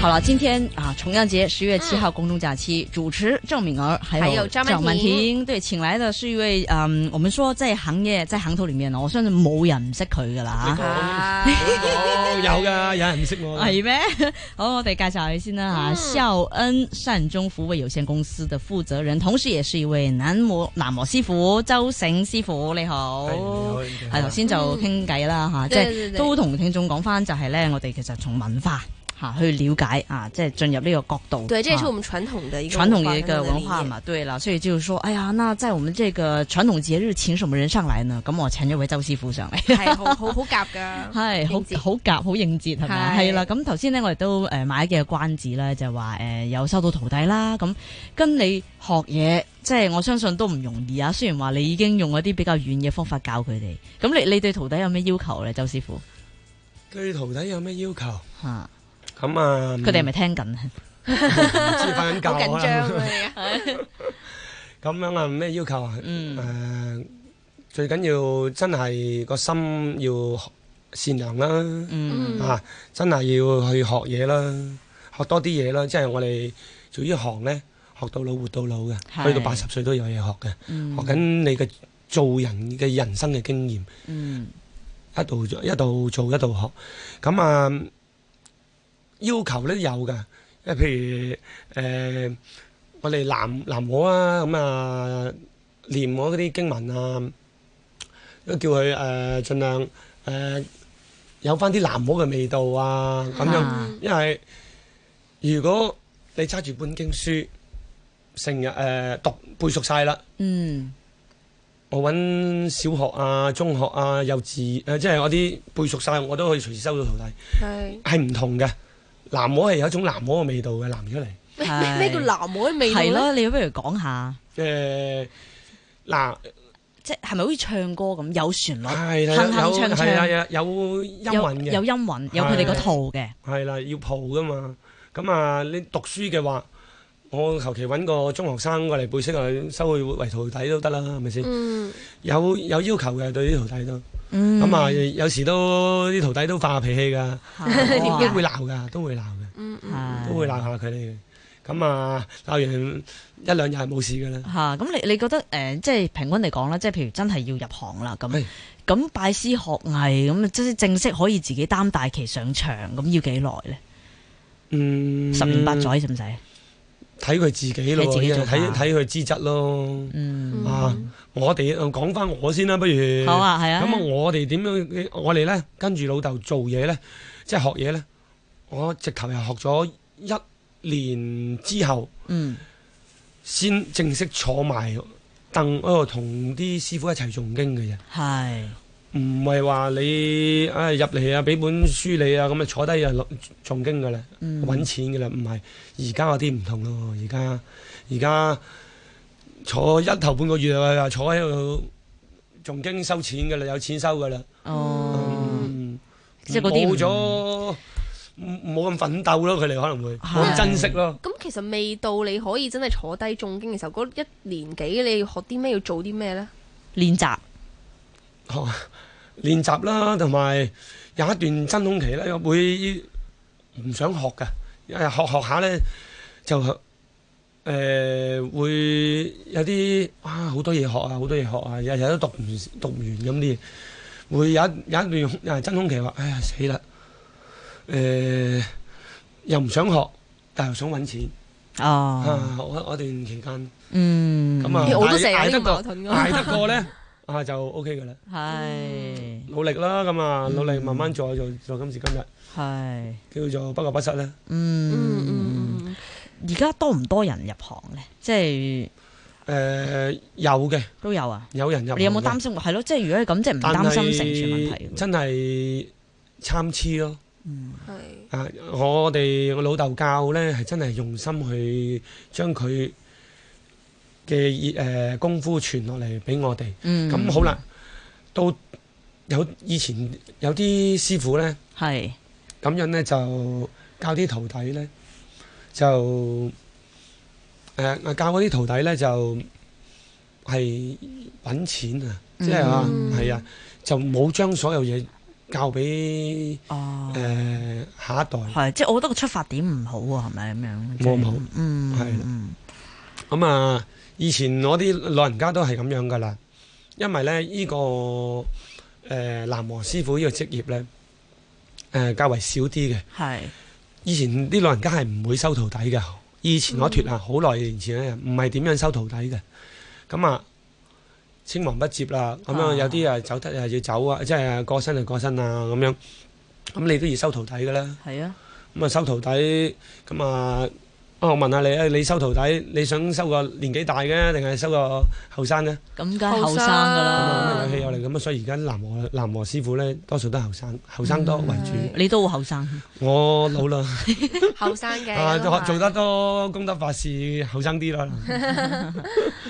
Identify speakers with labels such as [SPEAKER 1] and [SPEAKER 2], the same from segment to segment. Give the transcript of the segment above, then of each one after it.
[SPEAKER 1] 好了，今天啊，重阳节十月七号公众假期，主持郑敏儿还
[SPEAKER 2] 嗯还
[SPEAKER 1] 有
[SPEAKER 2] 有张曼
[SPEAKER 1] 曼
[SPEAKER 2] 婷
[SPEAKER 1] 婷，对，请来的是一位嗯，我们说在行业在行头里面，我相信冇人唔識佢噶啦吓。
[SPEAKER 2] 啊，
[SPEAKER 3] 哦，有㗎，有人唔識我㗎。
[SPEAKER 1] 啊系咩？ 好，我哋介绍佢先
[SPEAKER 2] 嗯
[SPEAKER 1] 啦吓，啊孝恩善中抚慰有限公司的负责人，同时也是一位男模男模师傅周醒师傅，你好。
[SPEAKER 3] 係，你好，你好。
[SPEAKER 1] 係頭先就傾偈啦吓，即
[SPEAKER 2] 對對
[SPEAKER 1] 係
[SPEAKER 2] 對
[SPEAKER 1] 都同聽眾講翻，就係咧，我哋其實從文化吓去了解啊，即係進入呢個角度。
[SPEAKER 2] 对，这也是
[SPEAKER 1] 啊
[SPEAKER 2] 我们传统的一个
[SPEAKER 1] 传统的一
[SPEAKER 2] 跟
[SPEAKER 1] 个
[SPEAKER 2] 他们的
[SPEAKER 1] 文化
[SPEAKER 2] 理念。
[SPEAKER 1] 嘛，对了，所以就是说，哎呀，那在我们这个传统节日，请什么人上来呢？咁我请咗位周師傅 上嚟，
[SPEAKER 2] 系哎好好好夾噶，
[SPEAKER 1] 係
[SPEAKER 2] 應 節
[SPEAKER 1] 好好夾，好應節係咪？
[SPEAKER 2] 係
[SPEAKER 1] 係啦，咁頭先呢，我哋都誒買嘅關子咧，就話誒有收到徒弟啦，咁跟你學嘢，即係我相信都唔容易啊。雖然話你已經用一啲比較軟嘅方法教佢哋，咁
[SPEAKER 2] 嗯
[SPEAKER 1] 你你對徒弟有咩要求咧，周師傅？
[SPEAKER 3] 對徒弟有咩要求？咁啊，
[SPEAKER 1] 嚇，佢哋係咪聽緊啊？
[SPEAKER 3] 唔知，瞓緊覺啊。
[SPEAKER 2] 好 緊張啊！
[SPEAKER 3] 咁樣啊，咩要求啊？
[SPEAKER 1] 嗯，
[SPEAKER 3] 誒，最緊要真係個心要善良啦，
[SPEAKER 1] 嗯，
[SPEAKER 2] 嗯
[SPEAKER 3] 啊啊，真係要去學嘢啦，學多啲嘢啦，即係我哋做呢行呢，學到老活到老嘅，
[SPEAKER 1] 係。
[SPEAKER 3] 去到80歲都有嘢學嘅，
[SPEAKER 1] 嗯，
[SPEAKER 3] 學緊你嘅做人嘅人生嘅經驗。
[SPEAKER 1] 嗯，
[SPEAKER 3] 一度做一度做一度學，咁啊要求咧有㗎，誒譬如誒、呃我哋南南我啊，咁啊念我嗰啲經文啊，都叫佢誒、呃、盡量誒、呃有翻啲南我嘅味道啊，咁樣，
[SPEAKER 1] 啊
[SPEAKER 3] 因為如果你揸住本經書，成日誒讀背熟晒啦。
[SPEAKER 1] 嗯，
[SPEAKER 3] 我揾小學啊、中學啊、幼稚誒、呃即係我啲背熟晒，我都可以隨時收到徒弟，
[SPEAKER 2] 係
[SPEAKER 3] 係唔同嘅。南模係有一種南模嘅味道嘅，南出嚟。
[SPEAKER 2] 咩咩咩叫男模嘅味道
[SPEAKER 1] 係嗯
[SPEAKER 2] 咧？
[SPEAKER 1] 咯，你不如講下。
[SPEAKER 3] 誒、呃嗱
[SPEAKER 1] 即係咪好似唱歌咁有旋律，
[SPEAKER 3] 係啦，
[SPEAKER 1] 哼哼
[SPEAKER 3] 有
[SPEAKER 1] 唱唱
[SPEAKER 3] 係啦，有有音韻
[SPEAKER 1] 有有
[SPEAKER 3] 嘅，
[SPEAKER 1] 音韻，有佢哋個套嘅，
[SPEAKER 3] 係啦，要譜噶嘛。咁啊，你讀書嘅話，我求其揾個中學生過嚟背識佢，收佢為徒弟都得啦，係咪先？
[SPEAKER 2] 嗯，
[SPEAKER 3] 有有要求嘅對啲徒弟都，
[SPEAKER 1] 嗯
[SPEAKER 3] 咁啊，有時都啲徒弟都發下脾氣㗎，
[SPEAKER 1] 係
[SPEAKER 3] 都會鬧㗎，都會鬧嘅。
[SPEAKER 1] 嗯
[SPEAKER 2] 嗯
[SPEAKER 1] 係
[SPEAKER 3] 都會鬧下佢哋嘅。咁啊，鬧完一兩日係冇事嘅啦。
[SPEAKER 1] 嚇咁你你覺得誒，即係平均嚟講啦，即係譬如真係要入行啦，咁
[SPEAKER 3] 係
[SPEAKER 1] 咁拜師學藝咁，即係正式可以自己擔大旗上場，咁要幾耐咧？
[SPEAKER 3] 嗯，
[SPEAKER 1] 十年八載使唔使？
[SPEAKER 3] 睇佢自己咯，
[SPEAKER 1] 睇自己做法
[SPEAKER 3] 睇睇佢資質咯。
[SPEAKER 1] 嗯，
[SPEAKER 3] 啊，我哋呃講翻我先啦，不如。
[SPEAKER 1] 好。啊，係啊，
[SPEAKER 3] 咁啊，我哋點樣？呃我哋咧跟住老豆做嘢咧，即係學嘢咧。我直頭係學咗一年之後，
[SPEAKER 1] 嗯
[SPEAKER 3] 先正式坐埋凳嗰度同啲師傅一齊誦經嘅啫。
[SPEAKER 1] 係
[SPEAKER 3] 唔係話你啊入嚟啊俾本書你啊咁啊坐低啊落誦經㗎啦，
[SPEAKER 1] 嗯
[SPEAKER 3] 揾錢㗎啦，唔係而家嗰啲唔同咯，而家而家坐一頭半個月啊坐喺度誦經收錢㗎啦，有錢收㗎啦，
[SPEAKER 1] 哦，
[SPEAKER 3] 嗯，
[SPEAKER 1] 即係嗰啲唔
[SPEAKER 3] 冇咗冇冇咁奮鬥咯，佢哋可能會冇咁珍惜咯。
[SPEAKER 2] 咁其實未到你可以真係坐低誦經嘅時候，嗰一年幾你要學啲咩，要做啲咩咧？
[SPEAKER 1] 練習
[SPEAKER 3] 學練習啦，同埋有一段真空期咧，會唔想學嘅，誒學學下咧就誒、呃、會有啲哇好多嘢學啊，好多嘢學啊，日日都讀唔讀唔完咁啲嘢，會有一有一段誒真空期話，哎呀死啦，誒、又唔想學，但又想揾錢、
[SPEAKER 1] 哦，
[SPEAKER 3] 啊！我我段期間
[SPEAKER 1] 嗯，
[SPEAKER 3] 咁啊，
[SPEAKER 2] 嗯我都成日有呢
[SPEAKER 3] 捱
[SPEAKER 2] 個
[SPEAKER 3] 捱得
[SPEAKER 2] 矛
[SPEAKER 3] 過
[SPEAKER 2] 盾㗎
[SPEAKER 3] 捱得過咧啊就 OK 噶啦。
[SPEAKER 1] 係
[SPEAKER 3] 努力啦，咁啊，
[SPEAKER 1] 嗯
[SPEAKER 3] 努力慢慢做，做做今時今
[SPEAKER 1] 係
[SPEAKER 3] 日叫做不過不失啦。
[SPEAKER 2] 嗯
[SPEAKER 1] 嗯。
[SPEAKER 2] 嗯嗯
[SPEAKER 1] 而家多唔多人入行咧？即係
[SPEAKER 3] 誒、有嘅，
[SPEAKER 1] 都有啊。
[SPEAKER 3] 有人入行嘅。
[SPEAKER 1] 你有冇擔心？係咯，即係如果係咁，即係唔
[SPEAKER 3] 但係
[SPEAKER 1] 擔心成全問題嘅。
[SPEAKER 3] 真係參差咯。
[SPEAKER 2] 嗯，
[SPEAKER 3] 啊，我哋我老豆教咧，係真係用心去將佢嘅誒功夫傳落嚟俾我哋。
[SPEAKER 1] 嗯，
[SPEAKER 3] 咁好啦，到有以前有啲師傅咧。
[SPEAKER 1] 係
[SPEAKER 3] 咁樣咧就教啲徒弟咧就誒、誒呃啊教嗰啲徒弟咧就係揾錢啊，即係話
[SPEAKER 2] 嗯
[SPEAKER 3] 係啊，就冇將所有嘢教俾
[SPEAKER 4] 哦
[SPEAKER 3] 誒、，下一代。
[SPEAKER 4] 係即係我覺得個出發點唔好喎，
[SPEAKER 1] 啊
[SPEAKER 4] 係咪咁樣？即係
[SPEAKER 3] 冇冇，
[SPEAKER 4] 嗯，
[SPEAKER 3] 係啦
[SPEAKER 4] 嗯
[SPEAKER 3] 咁啊，以前我啲老人家都係咁樣噶啦，因為咧呢、個誒、南和師傅呢個職業咧誒、較為少啲嘅。
[SPEAKER 4] 係
[SPEAKER 3] 以前啲老人家係唔會收徒弟嘅。以前我脱下好耐年前咧，唔係點樣收徒弟嘅。咁啊，青黃不接啦，咁
[SPEAKER 4] 啊
[SPEAKER 3] 樣有啲啊走得又要走啊，即係過身就過身啊咁樣。咁你都要收徒弟㗎啦。
[SPEAKER 4] 係啊，
[SPEAKER 3] 咁啊收徒弟，咁啊啊我問下你啊，你收徒弟，你想收個年紀大嘅，定係收個後生嘅？
[SPEAKER 1] 咁梗係後生噶
[SPEAKER 3] 咁啊咁
[SPEAKER 1] 啦
[SPEAKER 3] 啊，有氣有力咁啊，所以而家南和南和師傅咧，多數都係後生，後生多為主。
[SPEAKER 2] 嗯
[SPEAKER 1] 你都好後生，
[SPEAKER 3] 我老啦。
[SPEAKER 2] 後生嘅
[SPEAKER 3] 啊，
[SPEAKER 2] 都係
[SPEAKER 3] 做得多功德法事，後生啲啦，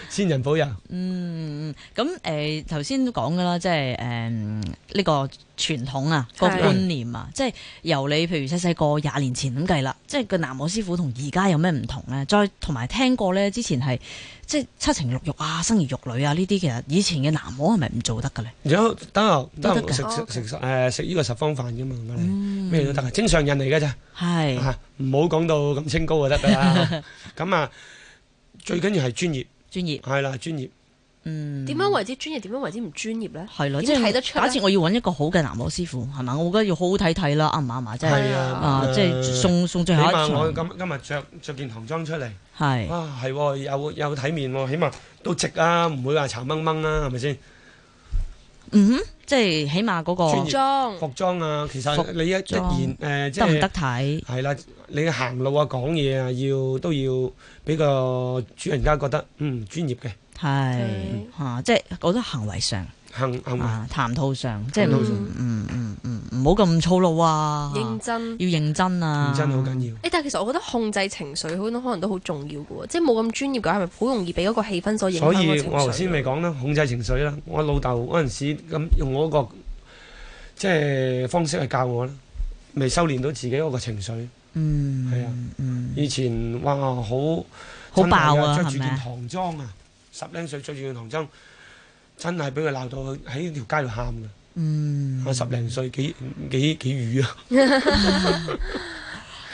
[SPEAKER 3] 先人保佑。
[SPEAKER 1] 嗯，咁誒頭先都講噶啦，即係誒呢個傳統啊，個
[SPEAKER 2] 係
[SPEAKER 1] 觀念啊，即係由你譬如細細個廿年前咁計啦，即係個南無師傅同而家有咩唔同咧？再同埋聽過咧，之前係即係七情六欲啊、生兒育女啊呢啲，其實以前嘅南無係咪唔做得嘅咧？
[SPEAKER 3] 而家得啊，
[SPEAKER 1] 都
[SPEAKER 3] 得
[SPEAKER 1] 得㗎
[SPEAKER 3] 啊食
[SPEAKER 2] 哦
[SPEAKER 3] 食食誒食呢個十方飯噶嘛，我哋
[SPEAKER 1] 嗯
[SPEAKER 3] 咩都得啊，正常人嚟㗎咋
[SPEAKER 1] 係
[SPEAKER 3] 嚇，唔好講到咁清高就得 㗎啦。咁啊，最緊要係專業，
[SPEAKER 1] 專業，
[SPEAKER 3] 係啦，專業。
[SPEAKER 1] 嗯，
[SPEAKER 2] 點樣為之專業？點樣為之唔專業咧？
[SPEAKER 1] 係咯？即
[SPEAKER 2] 點睇得
[SPEAKER 1] 係
[SPEAKER 2] 出
[SPEAKER 1] 假
[SPEAKER 2] 呢
[SPEAKER 1] 設我要揾一個好嘅南無師傅，係嘛？我覺得要好好睇睇啦，啱唔啱啊？即係
[SPEAKER 3] 係啊
[SPEAKER 1] 啊，即係
[SPEAKER 3] 誒
[SPEAKER 1] 送送
[SPEAKER 3] 起
[SPEAKER 1] 最後一
[SPEAKER 3] 碼我
[SPEAKER 1] 場，
[SPEAKER 3] 今今日着着件唐裝出嚟，
[SPEAKER 1] 係。
[SPEAKER 3] 哇，係喎有有體面喎，起碼都直啊，唔會話巢掹掹啊，係咪先？
[SPEAKER 1] 嗯哼，即係起碼嗰、
[SPEAKER 3] 專
[SPEAKER 1] 個
[SPEAKER 3] 業
[SPEAKER 2] 裝
[SPEAKER 3] 服裝啊，其
[SPEAKER 1] 服
[SPEAKER 3] 實你一一言誒，即
[SPEAKER 1] 得唔
[SPEAKER 3] 係
[SPEAKER 1] 得。睇？
[SPEAKER 3] 係啦，你行路啊、講嘢啊，要都要俾個主人家覺得嗯專業嘅
[SPEAKER 1] 係
[SPEAKER 2] 嗯
[SPEAKER 1] 嚇、啊即係我覺得行為上
[SPEAKER 3] 行行為。
[SPEAKER 1] 啊，談吐上，即係
[SPEAKER 3] 嗯談
[SPEAKER 1] 唔
[SPEAKER 3] 吐上
[SPEAKER 1] 嗯嗯嗯唔好咁粗魯啊，
[SPEAKER 2] 認真。
[SPEAKER 1] 要認真啊，
[SPEAKER 3] 認真好緊要。
[SPEAKER 2] 誒，但係其實我覺得控制情緒好可能都好重要嘅喎，即係冇咁專業嘅話，係咪好容易俾嗰個氣氛
[SPEAKER 1] 啊
[SPEAKER 2] 所影響
[SPEAKER 3] 所
[SPEAKER 2] 嗰個
[SPEAKER 3] 以
[SPEAKER 2] 情
[SPEAKER 3] 我頭
[SPEAKER 2] 緒？
[SPEAKER 3] 先咪講啦，控制情緒啦。我老豆嗰陣時咁用我嗰個即係方式去教我啦，未修練到自己嗰個情緒。
[SPEAKER 1] 嗯，
[SPEAKER 3] 係啊
[SPEAKER 1] 嗯，
[SPEAKER 3] 以前哇好
[SPEAKER 1] 好爆啊
[SPEAKER 3] 真係着
[SPEAKER 1] 係
[SPEAKER 3] 住
[SPEAKER 1] 咪啊
[SPEAKER 3] 件唐裝啊，十零歲着住件唐裝，真係俾佢鬧到喺條街度喊嘅。啊
[SPEAKER 1] 嗯
[SPEAKER 3] 我十零歲幾幾幾瘀啊！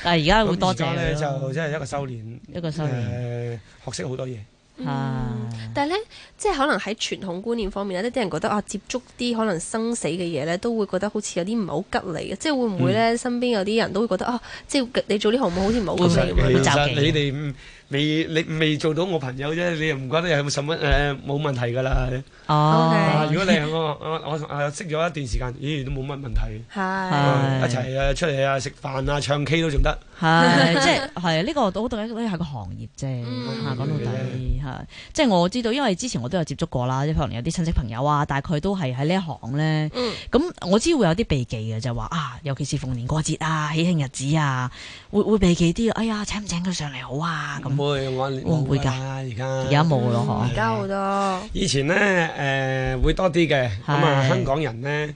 [SPEAKER 1] 但係而家會
[SPEAKER 3] 咁
[SPEAKER 1] 多
[SPEAKER 3] 而家
[SPEAKER 1] 謝
[SPEAKER 3] 咧
[SPEAKER 1] 佢咯
[SPEAKER 3] 就真係一個修練，
[SPEAKER 1] 一個修
[SPEAKER 3] 誒、
[SPEAKER 1] 練
[SPEAKER 3] 學識好多嘢。
[SPEAKER 1] 啊，
[SPEAKER 3] 嗯
[SPEAKER 2] 但係咧，即係可能喺傳統觀念方面咧，啲人覺得啊，接觸啲可能生死嘅嘢咧，都會覺得好似有啲唔係好吉利嘅，即係會唔會咧？
[SPEAKER 3] 嗯
[SPEAKER 2] 身邊有啲人都會覺得啊，即係你做呢行冇好似唔係好
[SPEAKER 1] 會
[SPEAKER 2] 吉
[SPEAKER 1] 唔
[SPEAKER 2] 利
[SPEAKER 1] 會
[SPEAKER 2] 咁樣
[SPEAKER 1] 會
[SPEAKER 3] 其
[SPEAKER 1] 找
[SPEAKER 3] 實
[SPEAKER 1] 忌
[SPEAKER 3] 你哋未你未做到我朋友啫，你又唔覺得有冇什麼誒冇、問題㗎啦？啊，
[SPEAKER 1] 哦
[SPEAKER 3] 如果你係我我我我識咗一段時間，咦都冇乜問題。
[SPEAKER 2] 係
[SPEAKER 3] 啊
[SPEAKER 1] 係
[SPEAKER 3] 一齊啊，出嚟啊，食飯啊，唱 K 都仲得。
[SPEAKER 1] 係，即係係啊呢個我都覺得係個行業啫，
[SPEAKER 2] 嗯
[SPEAKER 1] 嚇講到底嚇，即係我知道，因為之前我都有接觸過啦，即係可能有啲親戚朋友啊，大概都係喺呢一行咧。
[SPEAKER 2] 嗯
[SPEAKER 1] 咁我知會有啲避忌嘅，就係話啊，尤其是逢年過節啊、喜慶日子啊，會會避忌啲。哎呀，請唔請佢上嚟好啊？咁
[SPEAKER 3] 唔會，我會
[SPEAKER 1] 唔會㗎
[SPEAKER 3] 而家
[SPEAKER 1] 而家冇咯，
[SPEAKER 3] 嗯
[SPEAKER 2] 而家好多
[SPEAKER 3] 以前咧誒、會多啲嘅，咁啊
[SPEAKER 1] 係
[SPEAKER 3] 香港人咧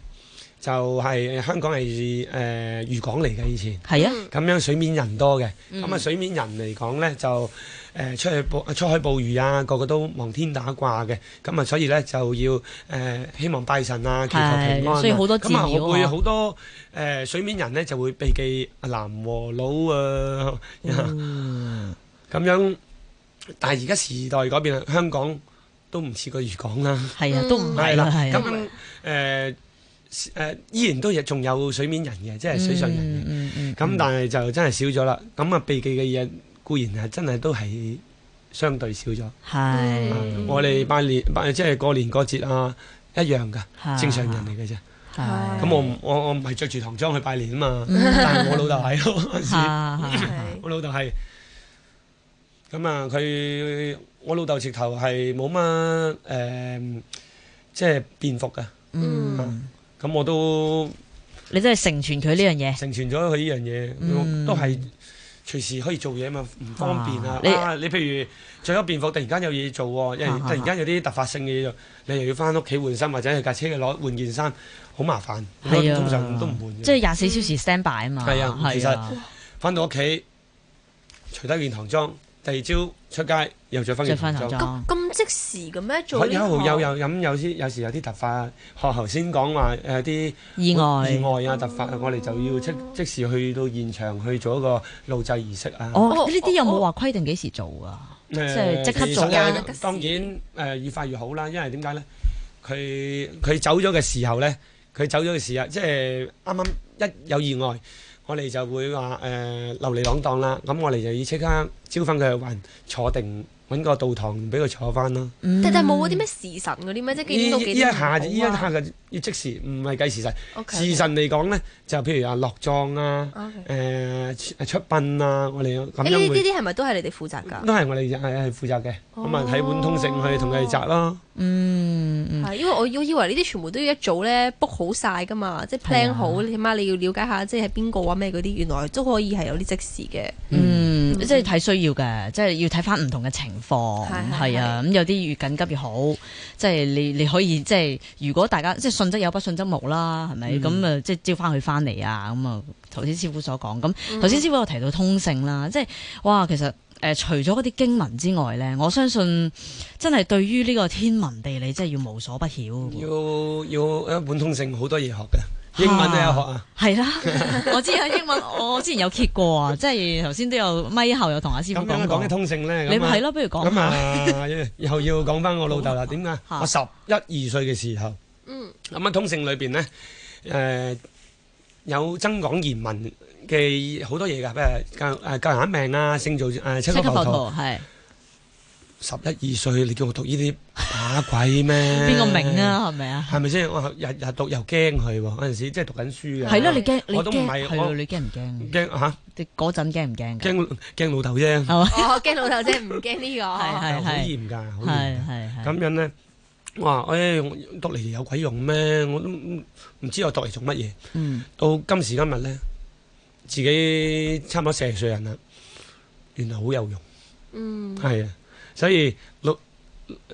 [SPEAKER 3] 就係、香港係誒、漁港嚟嘅以前。
[SPEAKER 1] 嗬？係啊，
[SPEAKER 3] 咁樣水面人多嘅，
[SPEAKER 1] 嗯
[SPEAKER 3] 咁啊水面人嚟講呢，就誒、呃出去捕出海捕魚啊，個個都望天打卦嘅，咁啊所以呢，就要誒、呃希望拜神啊，祈求平安啊、
[SPEAKER 1] 係所以好多
[SPEAKER 3] 咁啊
[SPEAKER 1] 寺廟啊
[SPEAKER 3] 會好多誒、呃水面人呢，就會避忌南和佬啊， 咁、
[SPEAKER 1] 嗯
[SPEAKER 3] 樣。但係而家時代改變啦，香港都唔似個漁港啦，
[SPEAKER 1] 係啊，都唔係
[SPEAKER 3] 嗯係
[SPEAKER 1] 啦，
[SPEAKER 3] 啦，
[SPEAKER 1] 係
[SPEAKER 3] 咁
[SPEAKER 1] 啊
[SPEAKER 3] 誒。呃誒依然都有仲有水面人嘅，即係水上人嘅。
[SPEAKER 1] 嗯嗯嗯
[SPEAKER 3] 咁但係就真係少咗啦。咁啊，避忌嘅嘢固然係真係都係相對少咗。啊
[SPEAKER 1] 係
[SPEAKER 2] 嗯
[SPEAKER 3] 我哋拜年拜即係過年過節啊，一樣噶，
[SPEAKER 1] 係
[SPEAKER 3] 正常人嚟嘅啫。
[SPEAKER 1] 係
[SPEAKER 3] 咁我唔我我唔係着住唐裝去拜年啊 嘛，
[SPEAKER 1] 嗯
[SPEAKER 3] 但係我老豆係咯嗰陣時，
[SPEAKER 1] 係係
[SPEAKER 2] 係
[SPEAKER 3] 我老豆係。咁啊，佢我老豆直頭係冇乜誒，即係便服嘅。
[SPEAKER 1] 嗯，
[SPEAKER 3] 咁我都
[SPEAKER 1] 你真係成全佢呢樣嘢。
[SPEAKER 3] 成全咗佢呢樣嘢，
[SPEAKER 1] 嗯
[SPEAKER 3] 都係隨時可以做嘢嘛，唔方便啊！
[SPEAKER 1] 哇
[SPEAKER 3] 啊，你譬如着咗便服，突然間有嘢做喎，因
[SPEAKER 1] 啊
[SPEAKER 3] 為
[SPEAKER 1] 啊
[SPEAKER 3] 突然間有啲突發性嘅嘢做，你又要翻屋企換衫，或者去架車攞換件衫，好麻煩。
[SPEAKER 1] 係啊
[SPEAKER 3] 通常都唔換
[SPEAKER 1] 即係
[SPEAKER 3] 嘅。
[SPEAKER 1] 廿四小時 stand by 啊嘛。
[SPEAKER 3] 係啊其實翻到屋企，除低件唐裝，第二朝出街又着翻件
[SPEAKER 1] 着返
[SPEAKER 3] 唐
[SPEAKER 1] 唐裝
[SPEAKER 3] 裝
[SPEAKER 2] 咁咁即時嘅咩？做
[SPEAKER 3] 可
[SPEAKER 2] 呢
[SPEAKER 3] 有
[SPEAKER 2] 行
[SPEAKER 3] 有有咁有啲有時有啲突發，學頭先講話誒啲
[SPEAKER 1] 意外
[SPEAKER 3] 意外啊突發，我哋就要即即時去到現場去做一個路祭儀式啊。
[SPEAKER 1] 哦，
[SPEAKER 2] 我
[SPEAKER 1] 呢啲有冇話規定幾時做啊？
[SPEAKER 3] 即
[SPEAKER 1] 係即刻做
[SPEAKER 2] 啊
[SPEAKER 3] 當然誒、越快越好啦，因為點解咧？佢佢走咗嘅時候咧，佢走咗嘅時候，即係啱啱一有意外，我哋就會話誒、呃流離浪蕩啦。咁我哋就要即刻招翻佢去還坐定，揾個道堂俾佢坐翻啦。
[SPEAKER 2] 但
[SPEAKER 1] 但
[SPEAKER 2] 但係冇嗰啲咩時辰嗰啲咩？即係幾
[SPEAKER 3] 呢
[SPEAKER 2] 點到
[SPEAKER 3] 呢
[SPEAKER 2] 幾
[SPEAKER 3] 一
[SPEAKER 2] 點唔好
[SPEAKER 3] 下
[SPEAKER 2] 啊？
[SPEAKER 3] 呢一下嘅要即時，唔係計時辰。
[SPEAKER 2] OK，OK，
[SPEAKER 3] 時辰嚟講咧，就譬如啊落葬啊，誒、出出殯啊，我哋咁
[SPEAKER 2] 呢
[SPEAKER 3] 樣
[SPEAKER 2] 呢
[SPEAKER 3] 會
[SPEAKER 2] 啲係咪都係你哋負責㗎？
[SPEAKER 3] 都係我哋係係負責嘅。咁啊睇碗通勝去同佢哋摘咯。
[SPEAKER 1] 嗯嗯
[SPEAKER 2] 係，因為我要以為呢啲全部都要一早咧 book 好晒噶嘛，即係啊 plan 好，起碼你要了解下即係邊個啊咩嗰啲，原來都可以係有啲即時嘅。
[SPEAKER 1] 嗯，即係睇需要嘅，即係要睇翻唔同嘅情況，
[SPEAKER 2] 係係
[SPEAKER 1] 係啊，咁有啲越緊急越好，即係你你可以即係如果大家即係信則有，不信則無啦，係
[SPEAKER 3] 嗯
[SPEAKER 1] 咪？咁啊，即係招翻佢翻嚟啊，咁啊，頭先師傅所講，
[SPEAKER 2] 嗯
[SPEAKER 1] 咁頭先師傅有提到通勝啦，即係哇，其實誒、呃除咗嗰啲經文之外咧，我相信真係對於呢個天文地理真係要無所不曉喎。
[SPEAKER 3] 要要一本通勝好多嘢學嘅，英文都有學啊。
[SPEAKER 1] 係 啦，我知啊，英文我之前有揭過啊，即係頭先都有咪後有同阿師傅
[SPEAKER 3] 咁
[SPEAKER 1] 講
[SPEAKER 3] 樣講
[SPEAKER 1] 過
[SPEAKER 3] 起，通勝咧，
[SPEAKER 1] 你
[SPEAKER 3] 咁啊
[SPEAKER 1] 係咯，不如講
[SPEAKER 3] 咁
[SPEAKER 1] 下。
[SPEAKER 3] 啊，又要講翻我老豆啦。點解？
[SPEAKER 1] 嚇
[SPEAKER 3] 我十一二歲嘅時候，
[SPEAKER 2] 嗯，
[SPEAKER 3] 咁啊通勝裏邊咧，誒有增廣賢文嘅好多嘢㗎，譬如誒救人命啊，勝造誒七
[SPEAKER 1] 即
[SPEAKER 3] 級
[SPEAKER 1] 刻
[SPEAKER 3] 浮
[SPEAKER 1] 浮
[SPEAKER 3] 屠。
[SPEAKER 1] 屠係
[SPEAKER 3] 十一二歲，你叫我讀呢啲把鬼咩？
[SPEAKER 1] 邊個明？啊？係咪啊？
[SPEAKER 3] 係咪先？我日日讀又驚佢喎，嗰陣時即係讀緊書嘅。
[SPEAKER 1] 係咯，你驚你
[SPEAKER 3] 啊我都唔係
[SPEAKER 1] 驚係咯，
[SPEAKER 3] 我
[SPEAKER 1] 你驚唔驚？
[SPEAKER 3] 驚嚇，
[SPEAKER 1] 你嗰陣驚唔驚㗎？
[SPEAKER 3] 驚驚老豆啫。
[SPEAKER 1] 係嘛？
[SPEAKER 2] 哦，驚老豆啫，唔驚
[SPEAKER 1] 係
[SPEAKER 2] 呢個。
[SPEAKER 3] 係
[SPEAKER 1] 係
[SPEAKER 3] 好
[SPEAKER 1] 係
[SPEAKER 3] 嚴㗎，好嚴
[SPEAKER 1] 係
[SPEAKER 3] 㗎。
[SPEAKER 1] 係係
[SPEAKER 3] 咁樣咧，我話誒我讀嚟有鬼用咩？我都唔唔知我讀嚟做乜嘢。
[SPEAKER 1] 嗯
[SPEAKER 3] 到今時今日咧，自己差唔多四十歲人啦，原來好有用，
[SPEAKER 2] 嗯，
[SPEAKER 3] 係啊。所以老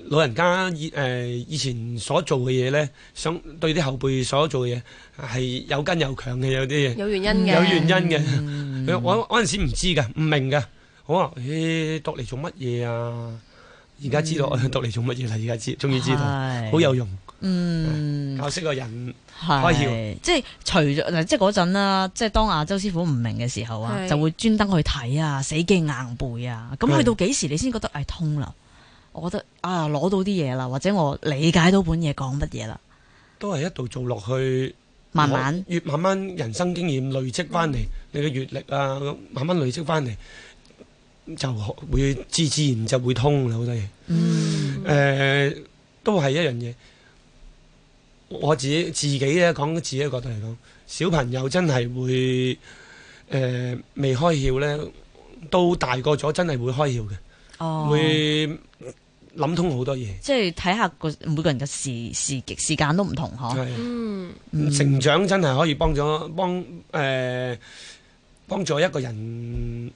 [SPEAKER 3] 老人家以誒、以前所做嘅嘢咧，想對啲後輩所做嘅嘢係有根有強嘅，有啲嘢。
[SPEAKER 2] 有原
[SPEAKER 1] Dạ.
[SPEAKER 2] 因嘅。
[SPEAKER 3] 有原因嘅。
[SPEAKER 1] 嗯
[SPEAKER 3] 佢 我嗰陣時唔知㗎，唔明㗎。我話：咦，讀嚟做乜嘢啊？而家知道 讀嚟做乜嘢啦，而家知，終於知道，
[SPEAKER 1] 係
[SPEAKER 3] 好有用，
[SPEAKER 1] 嗯
[SPEAKER 3] 教識個人。開竅
[SPEAKER 1] 係即係除咗嗱，即係嗰陣啦，即係當亞洲師傅唔明嘅時候啊，
[SPEAKER 2] 係
[SPEAKER 1] 就會專登去睇啊，死記硬背啊。咁
[SPEAKER 3] 係
[SPEAKER 1] 去到幾時你先覺得誒哎通啦？我覺得啊，攞到啲嘢啦，或者我理解到本嘢講乜嘢啦，
[SPEAKER 3] 都係一度做落去，
[SPEAKER 1] 慢慢
[SPEAKER 3] 我越慢慢人生經驗累積翻嚟，你嘅閲歷啊，咁慢慢累積翻嚟，就會自自然就會通啦，好多嘢。
[SPEAKER 1] 嗯
[SPEAKER 3] 誒、呃都係一樣嘢。我自己自己咧講自己嘅角度嚟講，小朋友真係會誒、呃未開竅咧，到大個咗真係會開竅嘅，
[SPEAKER 1] 哦
[SPEAKER 3] 會諗通好多嘢。
[SPEAKER 1] 即係睇下個每個人嘅時時時間都唔同嗬。
[SPEAKER 3] 係
[SPEAKER 2] 嗯，
[SPEAKER 1] 哦嗯
[SPEAKER 3] 成長真係可以幫咗幫誒幫助一個人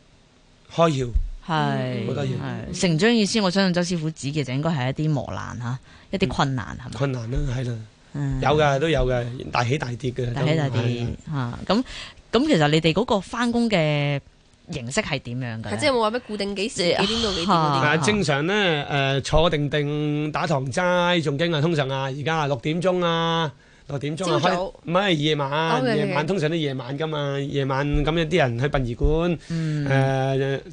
[SPEAKER 3] 開竅。
[SPEAKER 1] 係
[SPEAKER 3] 好多嘢
[SPEAKER 1] 係成長意思，我相信周師傅指嘅就應該係一啲磨難嚇，一啲困難係咪？
[SPEAKER 3] 困難啦，係啦，
[SPEAKER 1] 嗯
[SPEAKER 3] 嗯有㗎都有㗎，大起大跌嘅，
[SPEAKER 1] 大起大
[SPEAKER 3] 都係
[SPEAKER 1] 跌
[SPEAKER 3] 啊
[SPEAKER 1] 嚇。咁咁其實你哋嗰個翻工嘅形式係點樣嘅
[SPEAKER 2] 係即啊係
[SPEAKER 1] 咧？
[SPEAKER 2] 冇話咩固定幾時
[SPEAKER 1] 即係
[SPEAKER 2] 幾點到幾點嗰
[SPEAKER 1] 啊
[SPEAKER 3] 啊，
[SPEAKER 2] 啲。
[SPEAKER 3] 正常咧，誒、坐定定打堂齋仲驚啊！通常啊，而家啊六點鐘啊，六點鐘
[SPEAKER 2] 朝
[SPEAKER 3] 啊，
[SPEAKER 2] 早
[SPEAKER 3] 開唔係夜晚，
[SPEAKER 2] OK，OK
[SPEAKER 3] 夜晚通常都夜晚噶嘛，夜晚咁有啲人去殯儀館，誒、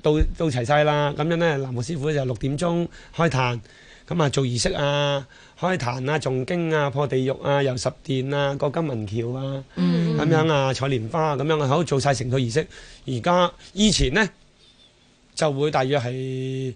[SPEAKER 3] 到到齊晒啦，咁樣咧，南無師傅就六點鐘開壇，咁啊做儀式啊，開壇啊，誦經啊，破地獄啊，遊十殿啊，過金文橋啊。
[SPEAKER 2] 嗯
[SPEAKER 3] 咁樣啊，採蓮花啊咁樣啊，好做晒成套儀式。而家以前呢，就會大約係誒、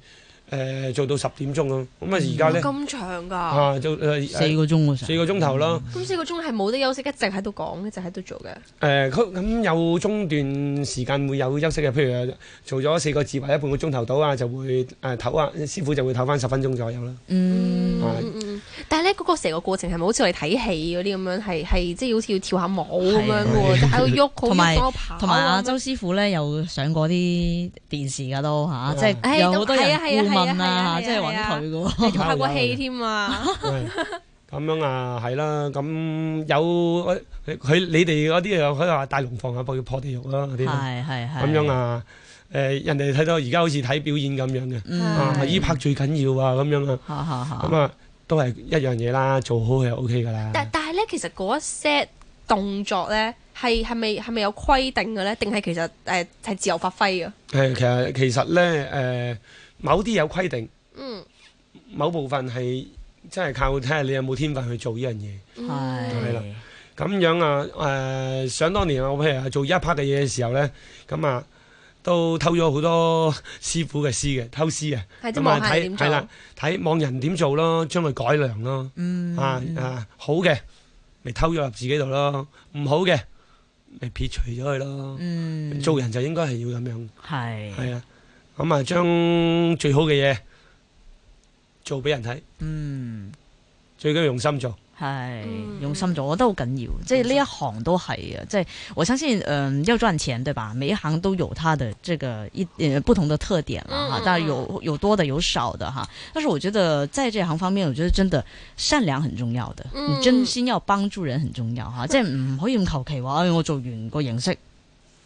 [SPEAKER 3] 呃做到十點鐘咯。咁啊，而家呢，
[SPEAKER 2] 嗯咁長㗎，
[SPEAKER 3] 啊做誒
[SPEAKER 1] 四個鐘喎，
[SPEAKER 3] 四個鐘頭咯。
[SPEAKER 2] 咁四個鐘係冇得休息，一直喺度講，一直喺度做嘅。
[SPEAKER 3] 誒佢咁有中段時間會有休息嘅，譬如做咗四個字或者半個鐘頭到啊，就會誒唞啊，師傅就會唞翻十分鐘左右啦。
[SPEAKER 1] 嗯
[SPEAKER 3] 係
[SPEAKER 2] 嗯嗯嗯，但係咧嗰個成個過程係咪好似我哋睇戲嗰啲咁樣，係係即係好似要跳下舞咁樣嘅喎，就喺度喐，好
[SPEAKER 1] 同埋
[SPEAKER 2] 喐多跑啊
[SPEAKER 1] 同埋阿
[SPEAKER 2] 咁樣
[SPEAKER 1] 周師傅咧，有上過啲電視噶都嚇，
[SPEAKER 3] 嗯
[SPEAKER 1] 即
[SPEAKER 2] 唉
[SPEAKER 1] 係有好多人
[SPEAKER 2] 咁
[SPEAKER 1] 顧問
[SPEAKER 2] 係啊係啊係啊係
[SPEAKER 1] 啊，
[SPEAKER 2] 啊
[SPEAKER 1] 即係揾佢嘅喎。
[SPEAKER 2] 你仲拍過戲添啊！
[SPEAKER 3] 係咁樣啊，係啦，咁啊有佢佢你哋嗰啲又可以話大龍鳳啊，破破地獄啦嗰啲啦。
[SPEAKER 1] 係係係
[SPEAKER 3] 咁樣，啊，誒、人哋睇到而家好似睇表演咁樣嘅，
[SPEAKER 1] 嗯
[SPEAKER 3] 啊
[SPEAKER 2] 係哦
[SPEAKER 3] 依 part 最緊要啊咁樣啊，
[SPEAKER 5] 嚇嚇嚇
[SPEAKER 3] 咁啊都係一樣嘢啦，做好係 O K 噶啦。
[SPEAKER 2] 但但係咧，其實嗰一 set 動作咧，係係咪係咪有規定嘅咧？定係其實誒係自由發揮嘅？
[SPEAKER 3] 係其實其實咧誒、某啲有規定，
[SPEAKER 2] 嗯，
[SPEAKER 3] 某部分係真係靠睇下你有冇天分去做呢樣嘢。
[SPEAKER 2] 嗯
[SPEAKER 3] 係啦
[SPEAKER 5] 係
[SPEAKER 3] 咁樣啊，誒、想當年啊我譬如做一 part 嘅嘢嘅時候咧，咁啊都偷咗好多師傅嘅師嘅，偷師嘅，
[SPEAKER 2] 係啲
[SPEAKER 3] 咁啊
[SPEAKER 2] 望下你
[SPEAKER 3] 睇
[SPEAKER 2] 點
[SPEAKER 3] 係啦
[SPEAKER 2] 做？，
[SPEAKER 3] 睇網人點做咯，將佢改良咯，
[SPEAKER 1] 嗯
[SPEAKER 3] 啊啊好嘅，咪偷咗入自己度咯，唔好嘅，咪撇除咗佢咯。
[SPEAKER 1] 嗯，
[SPEAKER 3] 做人就應該係要咁樣，
[SPEAKER 1] 係，
[SPEAKER 3] 係啊，咁啊將最好嘅嘢做俾人睇，
[SPEAKER 1] 嗯，
[SPEAKER 3] 最緊要用心做。
[SPEAKER 1] 係
[SPEAKER 2] 嗯
[SPEAKER 1] 用心做，我覺得好緊要。即係呢一行都係啊，即係我相信，嗯，要賺錢對吧？每一行都有它的這個一呃不同的特點啦，哈
[SPEAKER 2] 嗯，
[SPEAKER 1] 但係有有多的有少的哈。但是我覺得在這行方面，我覺得真的善良很重要的，
[SPEAKER 2] 嗯
[SPEAKER 1] 你真心要幫助人很重要 哈。即係唔可以咁求其話，哎我做完個形式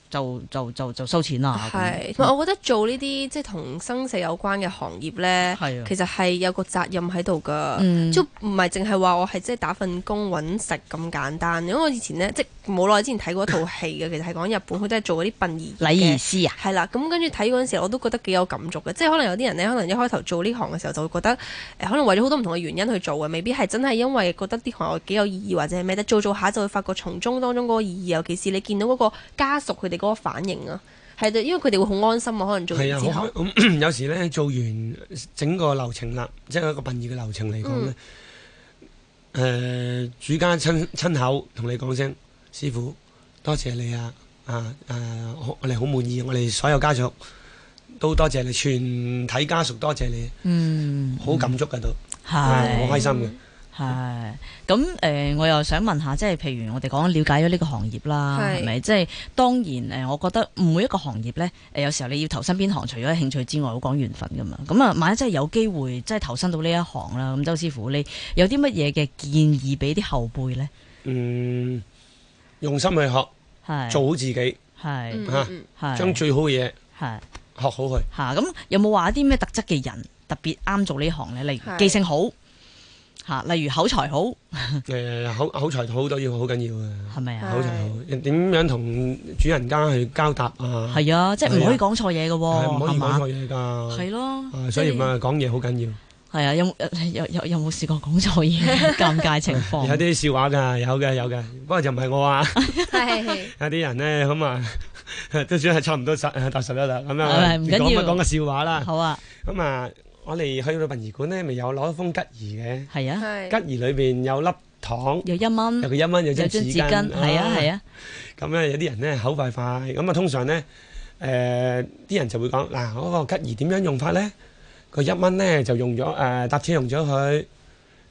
[SPEAKER 1] 就就就就收錢啦。咁
[SPEAKER 2] 係，同埋我覺得做呢啲即係同生死有關嘅行業咧，
[SPEAKER 1] 係啊
[SPEAKER 2] 其實係有個責任喺度㗎。
[SPEAKER 1] 嗯
[SPEAKER 2] 即唔係淨係話我係即係打份工揾食咁簡單，因為我以前咧即係冇耐之前睇過一套戲嘅，其實係講日本，佢都係做嗰啲殯儀
[SPEAKER 1] 禮
[SPEAKER 2] 嘅
[SPEAKER 1] 儀師啊，
[SPEAKER 2] 係啦，咁跟住睇嗰陣時，我都覺得幾有感觸嘅，即係可能有啲人呢，可能一開頭做呢行嘅時候就會覺得，誒、可能為咗好多唔同嘅原因去做嘅，未必係真係因為覺得呢行幾有意義或者係咩，但做做下就會發覺從中當中嗰個意義，尤其是你見到嗰個家屬佢哋嗰個反應啊，係對因為佢哋會好安心啊，可能做完
[SPEAKER 3] 係啊，
[SPEAKER 2] 之
[SPEAKER 3] 好
[SPEAKER 2] 後
[SPEAKER 3] 開，咁 有時咧做完整個流程啦，即係一個殯儀嘅流程嚟講咧，誒、主家親親口同你講聲，師傅多謝你啊，啊誒、好我哋好滿意，我哋所有家屬都多謝你，全體家屬多謝你，
[SPEAKER 1] 嗯，
[SPEAKER 3] 好感觸噶都，
[SPEAKER 1] 係
[SPEAKER 3] 係好開心嘅。
[SPEAKER 1] 係，咁誒、呃我又想問下，即係譬如我哋講了解咗呢個行業啦，
[SPEAKER 2] 係
[SPEAKER 1] 係咪？即係當然誒、呃我覺得每一個行業咧，誒、有時候你要投身邊行，除咗興趣之外，好講緣分噶嘛。咁啊，萬一真係有機會，即係投身到呢一行啦，咁周師傅，你有啲乜嘢嘅建議俾啲後輩咧？
[SPEAKER 3] 嗯，用心去學，
[SPEAKER 1] 係
[SPEAKER 3] 做好自己，
[SPEAKER 1] 係
[SPEAKER 2] 嗯嗯嗯
[SPEAKER 1] 係
[SPEAKER 3] 將最好嘅嘢學
[SPEAKER 1] 係
[SPEAKER 3] 好佢。
[SPEAKER 1] 嚇，咁有冇話啲咩特質嘅人特別啱做呢行咧？例如
[SPEAKER 2] 係
[SPEAKER 1] 記性好嚇，例如口才好，
[SPEAKER 3] 誒、口口才好都要好緊要嘅。
[SPEAKER 1] 係咪啊？
[SPEAKER 3] 口才好，點樣同主人家去交搭啊？
[SPEAKER 1] 係啊，即係唔可以
[SPEAKER 3] 係
[SPEAKER 1] 講錯嘢嘅
[SPEAKER 3] 係
[SPEAKER 1] 喎，
[SPEAKER 3] 唔可
[SPEAKER 1] 係
[SPEAKER 3] 以
[SPEAKER 1] 嘛
[SPEAKER 3] 講錯？嘢㗎。
[SPEAKER 1] 係咯，
[SPEAKER 3] 啊，所以
[SPEAKER 1] 即係
[SPEAKER 3] 咪講嘢好緊
[SPEAKER 1] 係啊，有冇 有有有冇試過講錯 嘢尷尬情
[SPEAKER 3] 要，
[SPEAKER 1] 況？
[SPEAKER 3] 有啲笑話㗎，有嘅有嘅，不過就唔係 我啊，
[SPEAKER 2] 係
[SPEAKER 3] 有啲人咧咁啊， 都算係差唔多十 誒踏實啦咁
[SPEAKER 1] 係
[SPEAKER 3] 樣，
[SPEAKER 1] 唔緊要
[SPEAKER 3] 講乜講個笑話啦，
[SPEAKER 1] 好啊，
[SPEAKER 3] 咁啊，我哋去到殯儀館咧，咪有攞一封吉儀嘅，
[SPEAKER 1] 係啊，
[SPEAKER 2] 係
[SPEAKER 3] 吉儀裏邊有粒糖，
[SPEAKER 1] 有一蚊，
[SPEAKER 3] 有個一蚊，有
[SPEAKER 1] 有
[SPEAKER 3] 張
[SPEAKER 1] 張
[SPEAKER 3] 紙
[SPEAKER 1] 紙
[SPEAKER 3] 巾，
[SPEAKER 1] 巾，係啊係啊，
[SPEAKER 3] 咁咧有啲人咧口快快，咁啊通常咧誒啲人就會講嗱嗰個吉儀點樣用法咧？佢一蚊咧就用咗誒搭車用咗佢，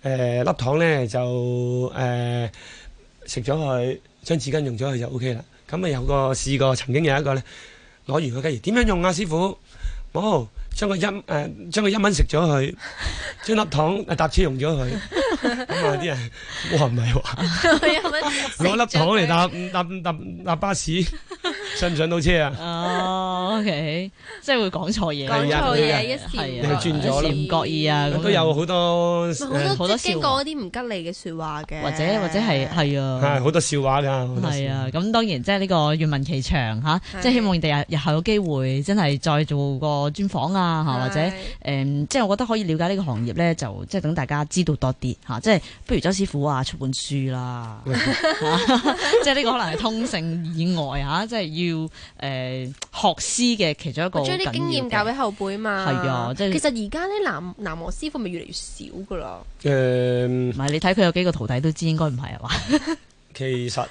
[SPEAKER 3] 誒粒糖咧就誒食咗佢，張紙巾用咗佢就 O K 啦。咁啊有個試過曾經有一個咧攞完個吉儀點樣用啊師傅？冇將個一誒將個一蚊食咗佢，將粒糖誒搭車用咗佢。咁啊啲人哇唔係喎。攞粒糖嚟搭搭搭搭巴士， 上唔上到車啊？
[SPEAKER 1] 哦，OK，即係會講錯嘢，
[SPEAKER 2] 講
[SPEAKER 3] 係啊
[SPEAKER 2] 錯
[SPEAKER 3] 係啊
[SPEAKER 2] 嘢一時
[SPEAKER 1] 係
[SPEAKER 3] 啊
[SPEAKER 2] 唔
[SPEAKER 3] 你轉咗
[SPEAKER 2] 覺
[SPEAKER 3] 啦
[SPEAKER 2] 意
[SPEAKER 1] 唔覺意啊咁
[SPEAKER 3] 都有好多
[SPEAKER 2] 咪
[SPEAKER 3] 誒
[SPEAKER 2] 好
[SPEAKER 1] 好啊
[SPEAKER 2] 多
[SPEAKER 1] 多
[SPEAKER 2] 即係經
[SPEAKER 1] 笑
[SPEAKER 2] 過
[SPEAKER 1] 話
[SPEAKER 2] 嗰啲唔吉利嘅説話嘅，
[SPEAKER 1] 或者或者係係
[SPEAKER 3] 係
[SPEAKER 1] 啊。
[SPEAKER 3] 好多笑話㗎，好多
[SPEAKER 1] 係
[SPEAKER 3] 笑
[SPEAKER 1] 啊，咁當然即係呢個願聞其詳吓，
[SPEAKER 2] 係
[SPEAKER 1] 即係希望第日日後有機會真係再做個專訪啊，嚇或者
[SPEAKER 2] 係
[SPEAKER 1] 誒、即係我覺得可以了解呢個行業咧，就即係等大家知道多啲嚇、即係不如周師傅啊出本書啦， 即係呢個可能係通勝以外嚇、即係要誒、學師嘅其中一個
[SPEAKER 2] 我將啲經驗教俾
[SPEAKER 1] 嘅。
[SPEAKER 2] 後輩嘛。
[SPEAKER 1] 係啊即係
[SPEAKER 2] 其實而家咧南南和師傅咪越嚟越少噶啦。
[SPEAKER 3] 誒
[SPEAKER 1] 唔，係你睇佢有幾個徒弟都知，應該唔係啊 嘛。
[SPEAKER 3] 其實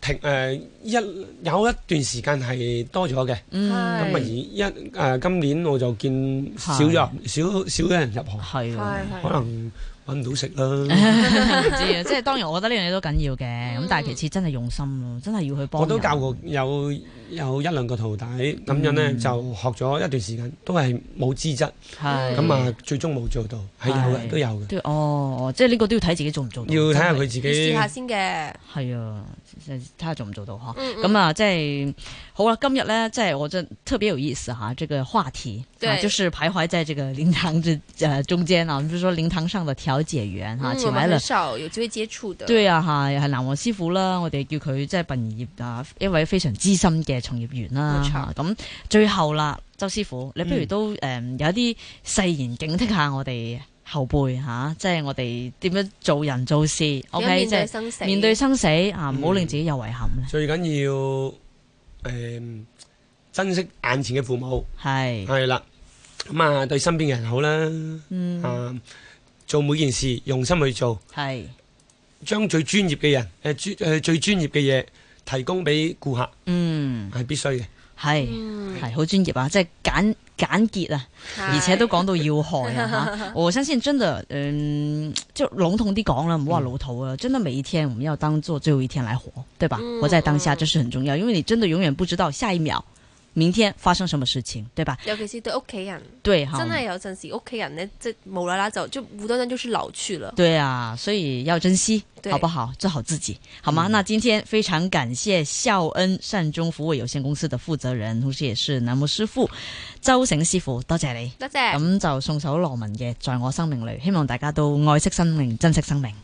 [SPEAKER 3] 停誒一有一段時間係多咗嘅，
[SPEAKER 1] 嗯，
[SPEAKER 3] 咁啊而一誒今年我就見少咗人少少咗人入行，
[SPEAKER 1] 係啊。
[SPEAKER 3] 可
[SPEAKER 2] 係
[SPEAKER 3] 能揾唔到食啦。
[SPEAKER 1] 唔知啊，
[SPEAKER 2] 嗯
[SPEAKER 1] 即係當然，我覺得呢樣嘢都緊要嘅。咁但係其次真係用心咯，真係要去幫。
[SPEAKER 3] 我都教過有有一兩個徒弟咁樣呢，
[SPEAKER 1] 嗯
[SPEAKER 3] 就學咗一段時間，都係冇資質，
[SPEAKER 1] 係
[SPEAKER 3] 咁啊最終冇做到，係有嘅
[SPEAKER 1] 嗯係
[SPEAKER 3] 都有嘅，
[SPEAKER 1] 都要哦，即係呢個都要睇自己做唔做到，
[SPEAKER 3] 要睇下
[SPEAKER 1] 真係
[SPEAKER 3] 佢自
[SPEAKER 2] 要試
[SPEAKER 3] 己
[SPEAKER 2] 下先嘅。
[SPEAKER 1] 係啊，睇下做唔做到嗬。
[SPEAKER 2] 嗯
[SPEAKER 1] 咁啊，即係好了，今日呢，即係我真特別有意思哈，这个话题
[SPEAKER 2] 对
[SPEAKER 1] 啊，就是徘徊在这个灵堂之 呃中間啊，我們就說靈堂上的調解員哈，
[SPEAKER 2] 嗯
[SPEAKER 1] 請
[SPEAKER 2] 我
[SPEAKER 1] 來
[SPEAKER 2] 们
[SPEAKER 1] 了
[SPEAKER 2] 很。少有機會接觸的。
[SPEAKER 1] 對啊，嚇又係南王師傅啦，我哋叫佢即係殯儀業啊一位非常資深嘅從業員啦
[SPEAKER 2] 冇錯。嗯
[SPEAKER 1] 嚇咁最後啦，周師傅，你不如都誒、有一啲誓言警惕下我哋後輩嚇、即係我哋點樣做人做事
[SPEAKER 2] 而
[SPEAKER 1] ，OK，
[SPEAKER 2] 家面
[SPEAKER 1] 即
[SPEAKER 2] 對
[SPEAKER 1] 係
[SPEAKER 2] 生死，
[SPEAKER 1] 面對生死啊，唔好
[SPEAKER 3] 嗯
[SPEAKER 1] 令自己有遺憾咧。
[SPEAKER 3] 最緊要誒珍惜眼前嘅父母，
[SPEAKER 1] 係，
[SPEAKER 2] 嗯
[SPEAKER 3] 係啦，咁啊對身邊嘅人好啦，
[SPEAKER 1] 嗯，
[SPEAKER 3] 啊做每件事用心去做。
[SPEAKER 1] 係，
[SPEAKER 3] 將最專業嘅人，誒、專誒、最專業嘅嘢提供俾顧客
[SPEAKER 1] 嗯，
[SPEAKER 3] 係必須嘅。
[SPEAKER 1] 係，
[SPEAKER 2] 嗯
[SPEAKER 1] 係好專業啊，即係簡簡潔啊。而且都講到要害 啊！哈我相信真的，嗯，就籠統地講啦，唔好話老土啊啦。真的每一天，我們要當做最後一天來活，對吧？
[SPEAKER 2] 嗯
[SPEAKER 1] 活在當下，这是很重要，因為你真的永遠不知道下一秒、明天發生什麼事情，對吧？
[SPEAKER 2] 尤其是對屋企人，
[SPEAKER 1] 對哈，
[SPEAKER 2] 真係有陣時屋企人呢，即係無啦啦就就無端端就是老去了。
[SPEAKER 1] 对啊，所以要珍惜，
[SPEAKER 2] 对
[SPEAKER 1] 好不好？做好自己，好
[SPEAKER 2] 嗯
[SPEAKER 1] 吗？那今天非常感谢孝恩善终服務有限公司的負責人，同時也是南無師傅周醒師傅，多謝你。
[SPEAKER 2] 多謝，
[SPEAKER 1] 咁就送首羅文嘅《在我生命裏》，希望大家都愛惜生命，珍惜生命。